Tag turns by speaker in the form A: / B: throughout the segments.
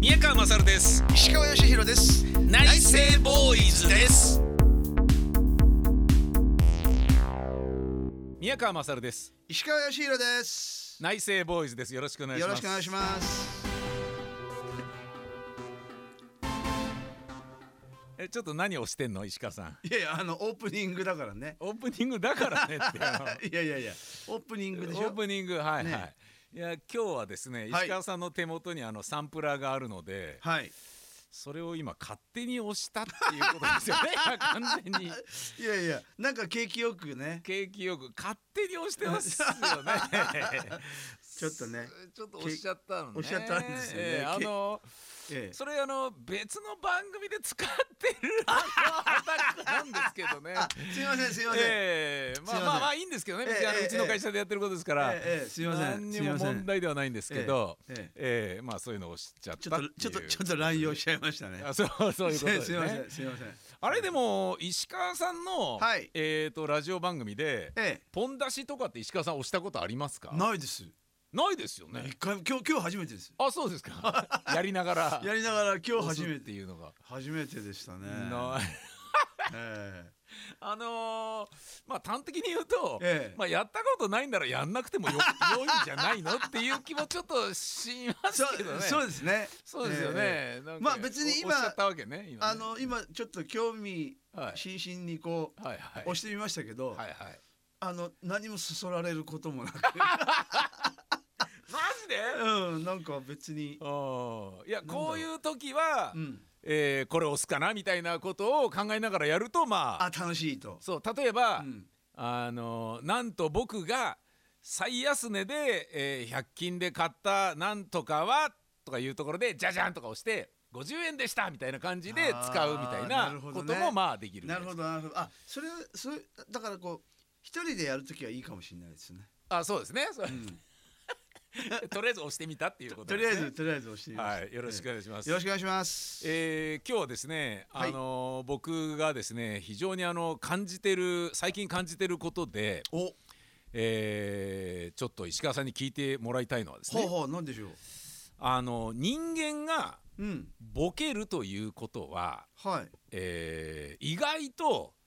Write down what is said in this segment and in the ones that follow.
A: 宮川勝です
B: 石川義弘です
A: 内政ボーイズです宮川勝です
B: 石川義弘です
A: 内政ボーイズですよろしくお願いし
B: よ
A: ま
B: ろ
A: す
B: しくお願いします
A: えちょっと何をしてんの石川さん
B: いやいやあのオープニングだからね
A: オープニングだからねって
B: いやいやいやオープニングでし
A: オー
B: ょ
A: プニングはいはい、
B: ね
A: いや今日はですね
B: はい
A: 石川さんの手元にあのサンプラーがあるので、
B: はい
A: それを今勝手に押したっていうことですよね完全 に
B: いやいやなんか景気よくね
A: 景気よく勝手に押してますよね
B: ちょっとね
A: ちょっと押しちゃったのね
B: け押しちゃったんですよね
A: ええあの
B: え
A: それあの別の番組で使ってるアタックなんですけ どね
B: えすいませんすいません、え
A: ええまあ
B: すいません
A: まあまあいいんですけどね別にあの
B: ええ
A: うちの会社でやってることですから
B: えええすいませ
A: 何
B: ん
A: に
B: すい
A: も
B: ません
A: 問題ではないんですけど
B: えええ
A: ええまあそういうのを押しちゃった
B: ちょっとちょっとちょっと乱用しちゃいましたね
A: とあそうそういうことですす
B: いません
A: ね
B: すいません
A: あれでも石川さんの
B: はい
A: えっとラジオ番組で
B: え
A: ポン出しとかって石川さん押したことありますか
B: えないです
A: ないですよね
B: 一回も今日今日初めてです
A: あそうですか やりながら
B: やりながら今日
A: 押す
B: 初め
A: って
B: て
A: いうのが
B: 初めてでしたね
A: な
B: ええ
A: あのーまあ端的に言うと、
B: ええ
A: まあやったことないならやんなくてもよ良いんじゃないのっていう気もちょっとし ます
B: そう
A: けどね
B: そうですね。
A: そうですよね、
B: え
A: なんか
B: まあ別に今
A: おおっしゃったわけね
B: え
A: 今ね
B: あの今ちょっと興味
A: はい
B: 津々にこう、
A: はいはい
B: 押してみましたけど、
A: はいはい
B: あの何もそそられることも なく、
A: マジで
B: うんなんか別に、
A: おーいや
B: だろう
A: こういう時は、
B: うん、
A: えーこれ押すかなみたいなことを考えながらやるとまあ
B: あ楽しいと。
A: そう例えば、
B: うん
A: あのなんと僕が最安値で、えー100均で買ったなんとかはとかいうところでじゃじゃんとか押して50円でしたみたいな感じで使うみたい
B: あーな
A: な
B: るほ
A: こ
B: どね
A: ともまあできる
B: なるほ
A: ど
B: どなるほど。あそれそれだからこう一人でやるときはいいかもしれないですね。
A: あそうですね、それ
B: うん
A: とりあえず押してみたっていうこと
B: と
A: です、
B: りあ
A: ね、
B: えずとりあえず押してみます。
A: はいよろしくお
B: え
A: 願いしま
B: え
A: す、
B: よろしくお願いします。
A: えー今日はですね、
B: はい
A: あの僕がですね非常にあの感じてる最近感じてることで、
B: お
A: えーちょっと石川さんに聞いてもらいたいのはです
B: ほう
A: ね
B: ほうなんでしょう。
A: あの人間が
B: うん
A: ボケるということは、
B: はい。
A: えー意外と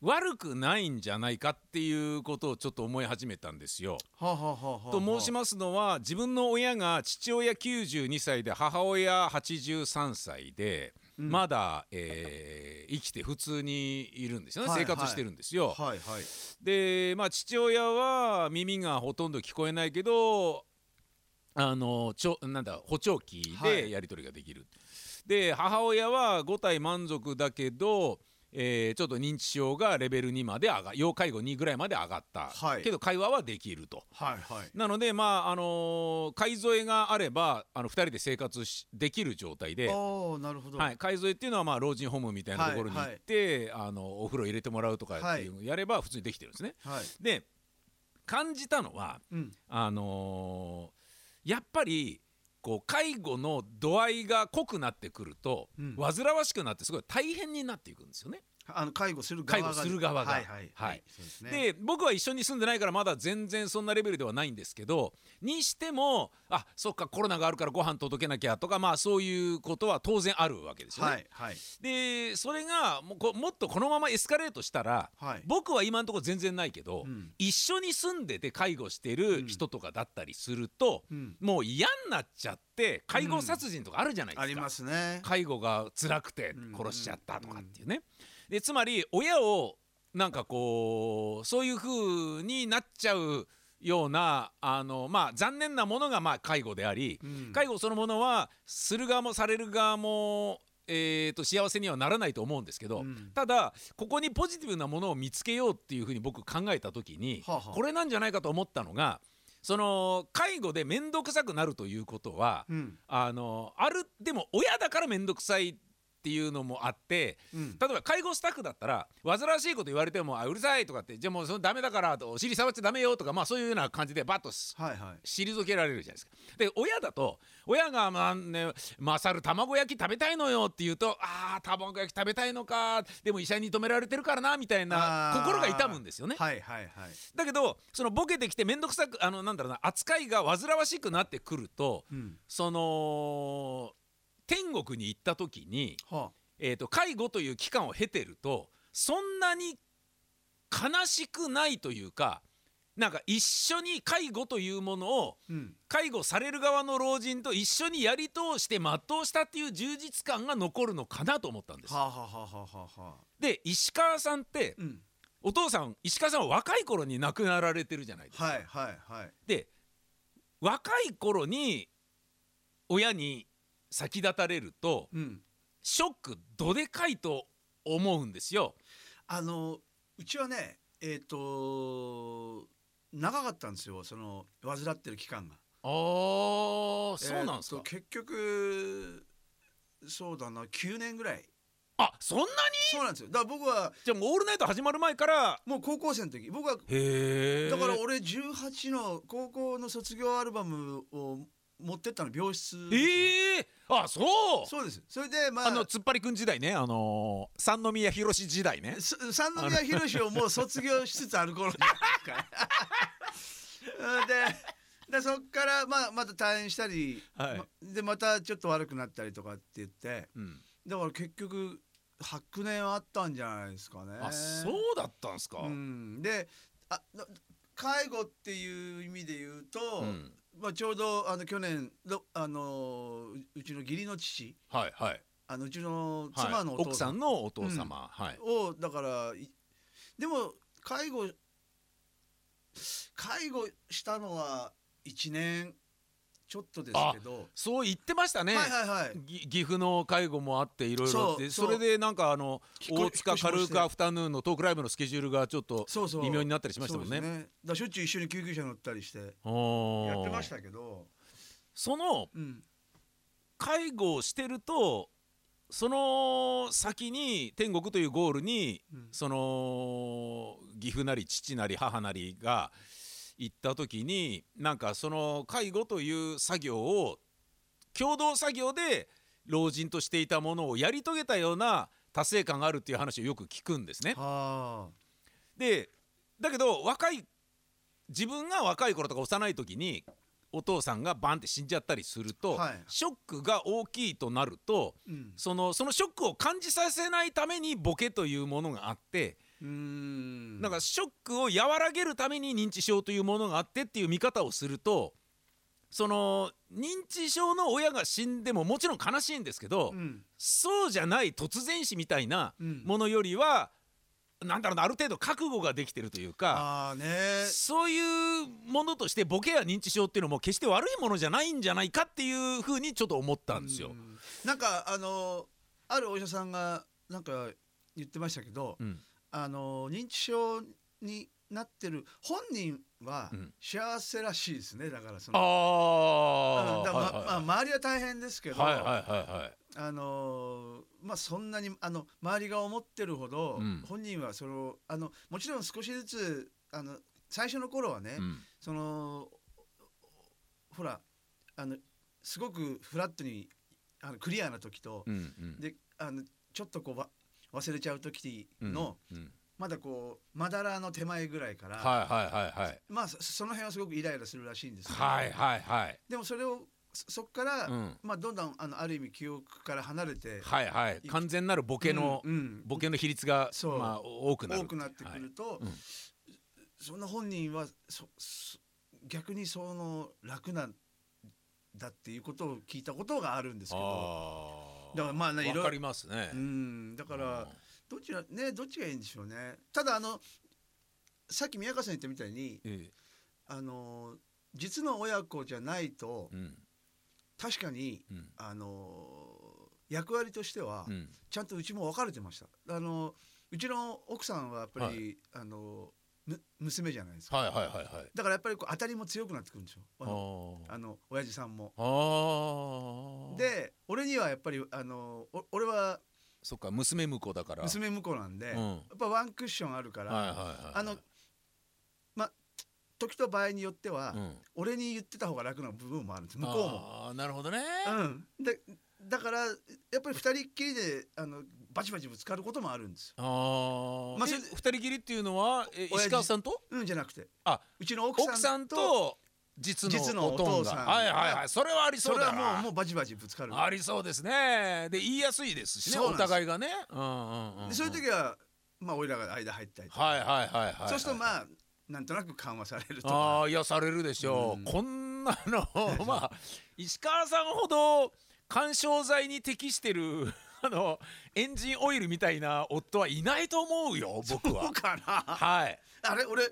A: 悪くないんじゃないかっていうことをちょっと思い始めたんですよ。
B: はあ、はあはあはあはあ、
A: と申しますのは自分の親が父親92歳で母親83歳で、
B: うん
A: まだ、えー生きて普通にいるんですよね、
B: はい
A: 生活してるんですよ。
B: はいはい。
A: でまあ父親は耳がほとんど聞こえないけどあのちょなんだ補聴器
B: は
A: で
B: い
A: やり取りができる、で母親は5体満足だけど、えーちょっと認知症がレベル2まで上が要介護2ぐらいまで上がった、
B: はい
A: けど会話はできると。
B: はいはい。
A: なのでまああのー介添えがあればあの2人で生活しできる状態で。
B: ああなるほど。
A: はい、海沿いっていうのはまあ老人ホームみたいなところに行って、あのお風呂入れてもらうとかっていうのをやれば普通にできてるんですね。
B: はい。
A: で感じたのは
B: うん。
A: あのーやっぱりこう介護の度合いが濃くなってくると、
B: うん
A: 煩わしくなってすごい大変になっていくんですよね。
B: あの介護する側が。
A: 介護する側が
B: はいはい
A: はい
B: そうですね。
A: で僕は一緒に住んでないからまだ全然そんなレベルではないんですけどにしてもあそっかコロナがあるからご飯届けなきゃとかまあそういうことは当然あるわけですよね。
B: はいはい
A: でそれがもうこもっとこのままエスカレートしたら、
B: はい
A: 僕は今のところ全然ないけど、
B: うん
A: 一緒に住んでて介護してる人とかだったりすると、
B: うん。
A: もう嫌になっちゃって介護殺人とかあるじゃないですか。
B: ありますね。
A: 介護が辛くて
B: うん
A: 殺しちゃったとかっていうね。でつまり親をなんかこうそういう風になっちゃうようなあの、まあ、残念なものがまあ介護であり、
B: うん
A: 介護そのものはする側もされる側も、えー、と幸せにはならないと思うんですけど、
B: うん
A: ただここにポジティブなものを見つけようっていうふうに僕考えた時に、
B: はあはあ
A: これなんじゃないかと思ったのがその介護で面倒くさくなるということは、
B: うん
A: あのあるでも親だから面倒くさいっていうのもあって。
B: うん。
A: 例えば介護スタッフだったら煩わしいこと言われても「あうるさい」とかって「じゃあもうそのダメだから」と「お尻触っちゃダメよ」とかまあそういうような感じでバッとす
B: はいはい。
A: 退けられるじゃないですか。で親だと親が、まあね「勝る卵焼き食べたいのよ」って言うと「あー卵焼き食べたいのかでも医者に止められてるからな」みたいな
B: あー
A: 心が痛むんですよね。
B: はいはいはい。
A: だけどそのボケてきて面倒くさくあのなんだろうな扱いが煩わしくなってくると
B: うん。
A: その天国に行った時に、
B: は
A: えー、と介護という期間を経てるとそんなに悲しくないというかなんか一緒に介護というものを
B: うん
A: 介護される側の老人と一緒にやり通して全うしたっていう充実感が残るのかなと思ったんです
B: は。あ、はあはあはあはあはあ
A: で石川さんって
B: うん
A: お父さん石川さんは若い頃に亡くなられてるじゃないですか。
B: はいはいはい
A: で若い頃に親に先立たれると
B: うん
A: ショックどでかいと思うんですよ。
B: あのうちはねえっ、と長かったんですよその患ってる期間が
A: あーそうなんですか
B: えーと。結局そうだな9年ぐらい
A: あそんなに
B: そうなんですよだから僕は
A: じゃあもうオールナイト始まる前から
B: もう高校生の時僕は
A: へえ。
B: だから俺18の高校の卒業アルバムを持ってったの病室ですね、
A: ええあそう
B: そうですそれでまあ
A: あのつっぱりくん時代ねあのー三宮博士時代ね
B: す三宮博士をもう卒業しつつある頃じゃないですかうんででそっから、まあ、また退院したり、
A: はい
B: までまたちょっと悪くなったりとかって言って
A: うん
B: だから結局白年はあったんじゃないですかね。
A: あそうだったんすか
B: うん、であな介護っていう意味で言うと、
A: うん
B: まあ、ちょうどあの去年の、あのーううちの義理の父
A: はいはい
B: あのうちの
A: はい
B: 妻のお父
A: 奥
B: さ
A: さ
B: ん
A: んのお父様、はい
B: を、だからいでも介護介護したのは1年ちょっとですけど、
A: そう言ってましたね、
B: はいはいはい
A: ぎ岐阜の介護もあっていろいろあって
B: そう
A: そ
B: そう
A: れでなんかあの
B: 引っ越
A: 大塚
B: 引っ越しも
A: 軽
B: して
A: くアフタヌーンのトークライブのスケジュールがちょっと
B: そうそう
A: 微妙になったりしましたもん
B: そうで
A: ね。
B: すだからしょっちゅう一緒に救急車乗ったりして
A: おー
B: やってましたけど、
A: その
B: うん、
A: 介護をしてるとその先に天国というゴールに
B: うん
A: その義父なり父なり母なりが行った時になんかその介護という作業を共同作業で老人としていたものをやり遂げたような達成感があるっていう話をよく聞くんですね。
B: はあ
A: でだけど若い自分が若い頃とか幼い時にお父さんがバンって死んじゃったりすると、
B: はい
A: ショックが大きいとなると
B: うん
A: そのそのショックを感じさせないためにボケというものがあって、
B: うーん
A: なんかショックを和らげるために認知症というものがあってっていう見方をするとその認知症の親が死んでももちろん悲しいんですけど、
B: うん
A: そうじゃない突然死みたいな
B: うん
A: ものよりは、なんだろうなある程度覚悟ができてるというか。
B: ああね
A: そういうものとしてボケや認知症っていうのも決して悪いものじゃないんじゃないかっていうふうにちょっと思ったんですよ
B: う。んなんかあのあるお医者さんがなんか言ってましたけど、
A: うん
B: あの認知症になってる本人は
A: うん
B: 幸せらしいですねだからそ
A: あ
B: の。
A: あ、
B: うんだからままあ
A: は
B: 周りは大変ですけ
A: い
B: ど、
A: はいはいはいはい。
B: あのーまあそんなにあの周りが思ってるほど、
A: うん
B: 本人はそのあのもちろん少しずつあの最初の頃はね、
A: うん
B: そのほらあのすごくフラットにあのクリアな時と、
A: うんうん
B: であのちょっとこうわ忘れちゃう時の、、
A: うんうん
B: まだこうまだらの手前ぐらいから、
A: はいはいはいはい。
B: まあそその辺はすごくイライラするらしいんですけど
A: はいはいはい。
B: でもそれをそそっから、
A: うん
B: まあ、どんどんあのある意味記憶から離れて、
A: はいはい。完全なるボケの、
B: うんうん
A: ボケの比率が、
B: そう
A: まあ、多くなる。
B: 多くなってくると、
A: うん
B: そんな本人はそそ逆にその楽なんだっていうことを聞いたことがあるんですけど。
A: ああ。
B: だからまあねいろいろ
A: わかりますね
B: う。ん、だからどっちがねどっちがいいんでしょうねただあのさっき宮川さん言ったみたいに
A: うん、ええ
B: あの実の親子じゃないと
A: うん
B: 確かに
A: うん
B: あの役割としては
A: うん
B: ちゃんとうちも分かれてましたあのうちの奥さんはやっぱり、
A: は
B: あのむ娘じゃないですか
A: はいはいはいはい。
B: だからやっぱりこう当たりも強くなってくるんですよあの
A: あー
B: あの親父さんも
A: ああ。
B: で俺にはやっぱりあのお俺は
A: そっか娘婿だから
B: 娘婿なんで、
A: うん
B: やっぱワンクッションあるから、
A: はいはいはい
B: あのま時と場合によっては、
A: うん
B: 俺に言ってた方が楽な部分もあるんです向こうも。
A: あーなるほどね、
B: うん、でだからやっぱり二人っきりであのバチバチぶつかることもあるんですよ。
A: あー
B: まあ
A: え
B: それで
A: 二人きりっていうのはえ
B: 親父
A: 石川さんと
B: うんじゃなくて
A: あ
B: うちの奥さんと
A: 奥さんと実
B: 実の
A: のおとんが
B: お父さん
A: はいはいはいそれはあり
B: そ
A: そう
B: れ
A: だ
B: は
A: な
B: もうもうバチバチぶつかる
A: ありそうですねで言いやすいですしね
B: そうなん
A: お
B: です
A: 互いがねうんうんうんうん
B: でそういう時はまあ俺らが間入ったりとか、
A: はいはいはいはい
B: そうすると
A: あ
B: まあなんとなく緩和されるとか
A: あーいやされるでしょう、
B: うん
A: こんな のまあ石川さんほど緩衝材に適してる あのエンジンオイルみたいな夫はいないと思うよ僕
B: そ
A: は
B: うかな
A: はい
B: あれ俺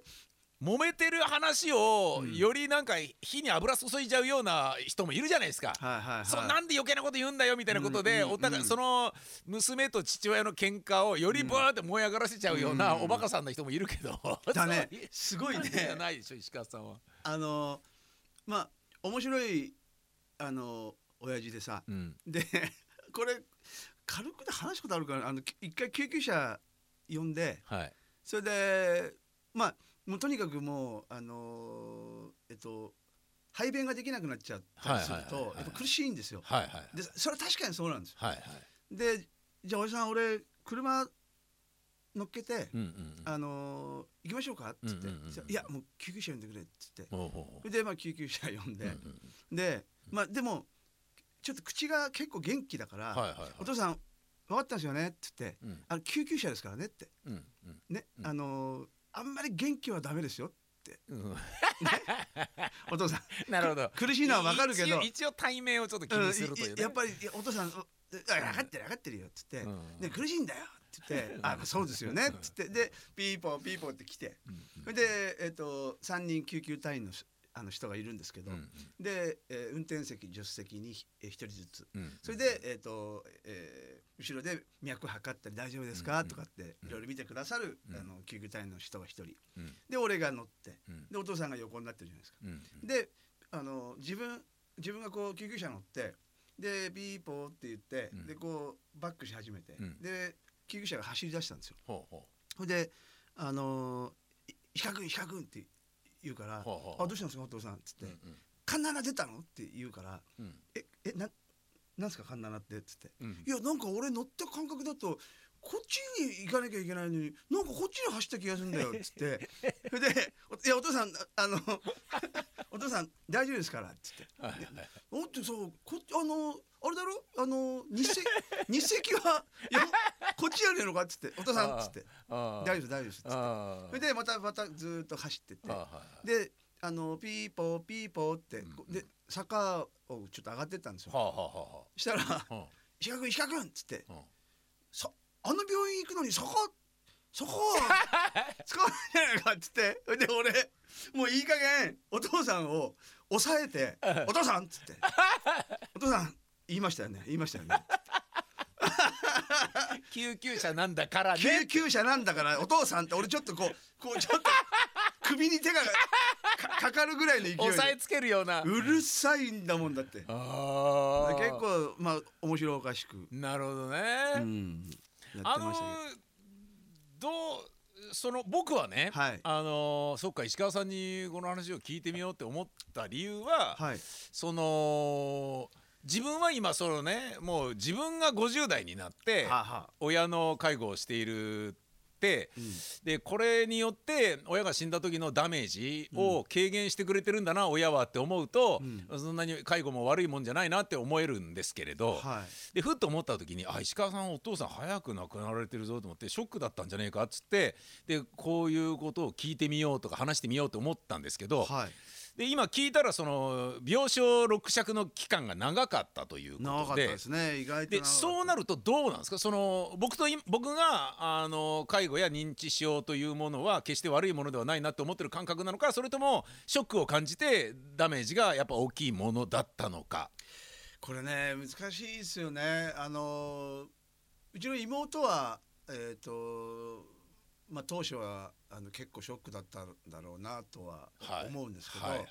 A: 揉めてる話を
B: うん
A: よりなんか火に油注いじゃうような人もいるじゃないですか、
B: はいはいはい
A: そうなんで余計なこと言うんだよみたいなことで、
B: うんうんうん
A: お互いその娘と父親の喧嘩をよりバーって燃え上がらせちゃうような
B: うん
A: おバカさんな人もいるけど、
B: だね
A: そう
B: すごいね
A: そうじゃないでしょ石川さんは。
B: あのまあ面白いあの親父でさ
A: うん、
B: で これ軽くで話したことあるからあのき一回救急車呼んで
A: はい、
B: それでまあもうとにかくもうあのえっと排便ができなくなっちゃったりすると、
A: はいはいはいはい
B: やっぱ苦しいんですよ。
A: はいはいはい
B: でそれは確かにそうなんですよ。
A: はいはい
B: でじゃあおじさん俺車乗っけて、
A: うんうん
B: あの行きましょうかっつって、
A: うんうんうんうん
B: いやもう救急車呼んでくれっつって
A: うんほうほ
B: それでまあ救急車呼ん
A: う
B: で、
A: うんうん
B: でまあでもちょっと口が結構元気だから、
A: はいはいはい
B: お父さん分かったんですよねっつって
A: うん
B: あの救急車ですからねって
A: うんうん
B: ね、
A: うん
B: あのーあんまり元気はダメですよ
A: うん
B: お父さん
A: なるほど。
B: 苦しいのは分かるけ
A: 一
B: ど、
A: 応一応対面をちょっと気にするといううん
B: い
A: ね。
B: やっぱりいやお父さんおあ分かってる分かってるよっつって、
A: うん
B: で苦しいんだよって言って「あそうですよね」っつってでピーポーピーポーって来て
A: うん
B: それで、えっと3人救急隊員のしあの人がいるんですけ
A: う
B: ど、
A: ん
B: で、えー運転席助手席にえー一人ずつ
A: うんうん
B: それで、えっとえー後ろで脈測ったり「大丈夫ですか
A: うん
B: とかっていろいろ見てくださる、
A: うん
B: あの救急隊員の人が一人
A: うん
B: で俺が乗って
A: うん
B: でお父さんが横になってるじゃないですか。
A: うん
B: であの自分自分がこう救急車乗ってでビーポーって言って、
A: うん
B: でこうバックし始めて、
A: うん
B: で救急車が走り出したんですよ。
A: ほうほ
B: ほいで「あのーい石川君石川君」って言うから
A: う
B: 「
A: ほうほう
B: あどうしたんですかお父さん」っつって
A: うん
B: 「カンナナ出たの?」って言うから
A: うんうん
B: 「ええななんすかカンナナって」っつって
A: うん
B: 「いやなんか俺乗った感覚だとこっちに行かなきゃいけないのになんかこっちに走った気がするん だよ」っつってそれでお「いやお父さんああの お父さん大丈夫ですから」っつって
A: はいはいはい
B: 「おってそうこっちあのあれだろあの日 赤日赤はいやこっちやねえのか」っつって「お父さん」っつって「
A: あー
B: 大丈夫です大丈夫です」っつって
A: あー
B: それでまたまたずーっと走ってって
A: あーはい
B: であのピーポーピーポーって、
A: うんうん
B: で坂をちょっと上がってったんですよ
A: は。あはあはあは
B: したら
A: あは
B: 「石川君石川君」っつって
A: あうん
B: そあの病院行くのにそこ そこは使わないじゃないかっつってそれで俺もういい加減お父さんを抑えて「お父さん」っつって「お父さん言いましたよね言いまし たよね
A: 救急車なんだからね
B: 救急車なんだからお父さん」って俺ちょっとこうこうちょっと首に手がかかかるぐらいの勢いで
A: 押さえつけるような
B: うるさいんだもんだって結
A: あー
B: 構まあ面白おかしく、
A: なるほどね、
B: うん、やっ
A: あ
B: てま
A: のー
B: したけど。
A: どうその僕はね、
B: はい
A: あのーそっか石川さんにこの話を聞いてみようって思った理由は、
B: はい、
A: その自分は今そのねもう自分が50代になって
B: はあはあ
A: 親の介護をしているって
B: うん
A: でこれによって親が死んだ時のダメージを軽減してくれてるんだな、親はって思うと、
B: う
A: そんなに介護も悪いもんじゃないなって思えるんですけれど、
B: はい
A: でふっと思った時にあ石川さんお父さん早く亡くなられてるぞと思ってショックだったんじゃねえかっつってでこういうことを聞いてみようとか話してみようと思ったんですけど、
B: はい、
A: で今聞いたらその病床六尺の期間が長かったという
B: 長
A: こ
B: か
A: と
B: った
A: で。
B: ですね意外と
A: でそうなるとどうなんですかその僕とい僕があの介護や認知症というものは決して悪いものではないなと思ってる感覚なのかそれともショックを感じてダメージがやっぱ大きいものだったのか。
B: これね難しいですよねあのうちの妹はえっ、とまあ当初はあの結構ショックだったんだろうなとは
A: はい
B: 思うんですけど、
A: はいはい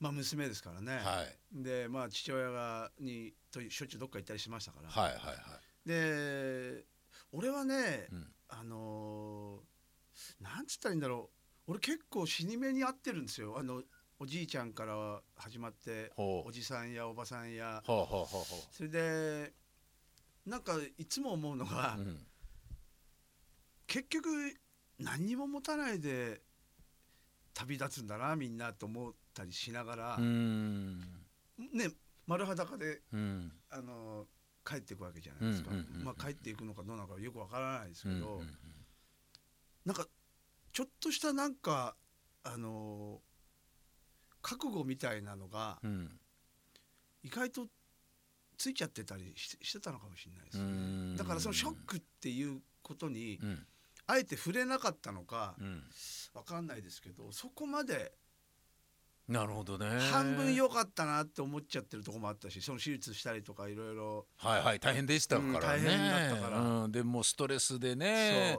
B: まあ娘ですからね、
A: はい
B: でまあ父親がにとしょっちゅうどっか行ったりしましたから、
A: はいはいはい
B: で俺はね、
A: うん
B: あのーなんつったらいいんだろう俺結構死に目に合ってるんですよあのおじいちゃんから始まって
A: ほう
B: おじさんやおばさんや
A: ほうほうほうほ
B: それでなんかいつも思うのが、
A: う。うん
B: 結局何にも持たないで旅立つんだなみんなと思うったりしながら、
A: うん
B: ね丸裸で
A: うん
B: あの帰っていくわけじゃないですか、
A: うんうんうんうん
B: まあ、帰っていくのかどうなのかよくわからないですけ
A: う
B: ど、
A: ん
B: なんかちょっとしたなんかあの覚悟みたいなのが
A: うん
B: 意外とついちゃってたりししてたのかもしれないです
A: う
B: よね、
A: ん
B: だからそのショックっていうことに
A: うん
B: あえて触れなかったのか
A: うん
B: わかんないですけどそこまで
A: なるほどね
B: 半分良かったなって思っちゃってるところもあったしその手術したりとかいろいろ
A: はいはい大変でしたからね、
B: うん大変だったから
A: うん、でもうストレスでね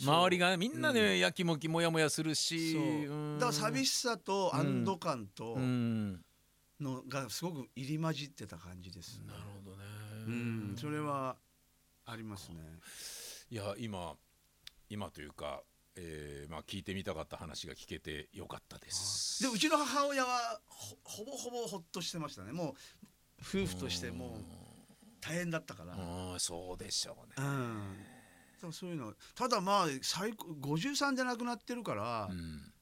B: そう
A: 周りがみんなね、やきもきもやもやするし
B: そうだから寂
A: しい
B: しさと安堵感と
A: うん
B: のがすごく入り混じってた感じです、
A: なるほどね
B: うん、それはありますね。
A: いや今今というか、えーまあ、聞いてみたかった話が聞けてよかったです
B: でうちの母親はほほぼほぼほっとしてましたねもう夫婦としてもう大変だったから、
A: うんそうでしょうね
B: うん、そうそういうのただまあ最高53で亡くなってるから、
A: うん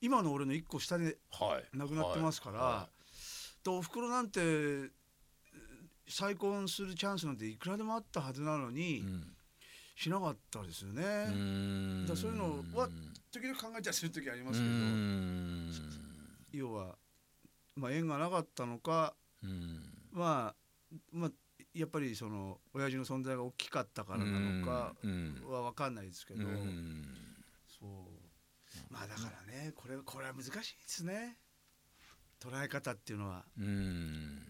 B: 今の俺の1個下で
A: はい
B: 亡くなってますから、
A: は
B: でおふくろなんてえー再婚するチャンスなんていくらでもあったはずなのに、
A: いうん
B: しなかったですよね、
A: うん
B: だからそういうのは時々考えたりする時ありますけど、
A: うん
B: 要は、まあ、縁がなかったのか
A: うん
B: まあまあやっぱりその親父の存在が大きかったからなのか
A: うん
B: は分かんないですけど、
A: うん
B: そうまあだからねこれこれは難しいですね捉え方っていうのは
A: うん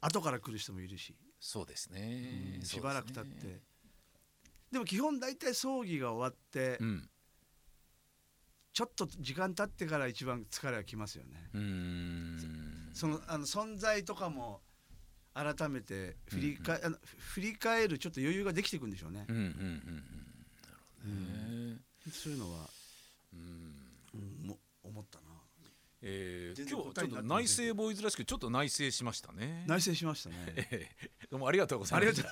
B: 後から来る人もいるし、
A: そうですね
B: しばらく
A: そ
B: 経っ
A: うです
B: て
A: ね
B: で,、も基本大体葬儀が終わって、
A: うん
B: ちょっと時間経ってから一番疲れがきますよね
A: うん
B: そのあの存在とかも改めて振りか、あの振り返るちょっと余裕ができていくんでしょうね
A: う、んうんうんうんね
B: そういうのは、
A: うん
B: うん、も思ったな
A: えー、
B: 全然
A: 今日はち
B: 答
A: ょ
B: え
A: っ
B: にな
A: と
B: ってませんけ
A: 内省
B: ど
A: ボーイズらしくちょっと内省しましたね。
B: 内省しました ね。
A: ええどうもありがとうございました。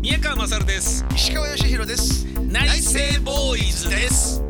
A: 宮川勝です。
B: 石川義弘です。
A: 内政ボーイズです。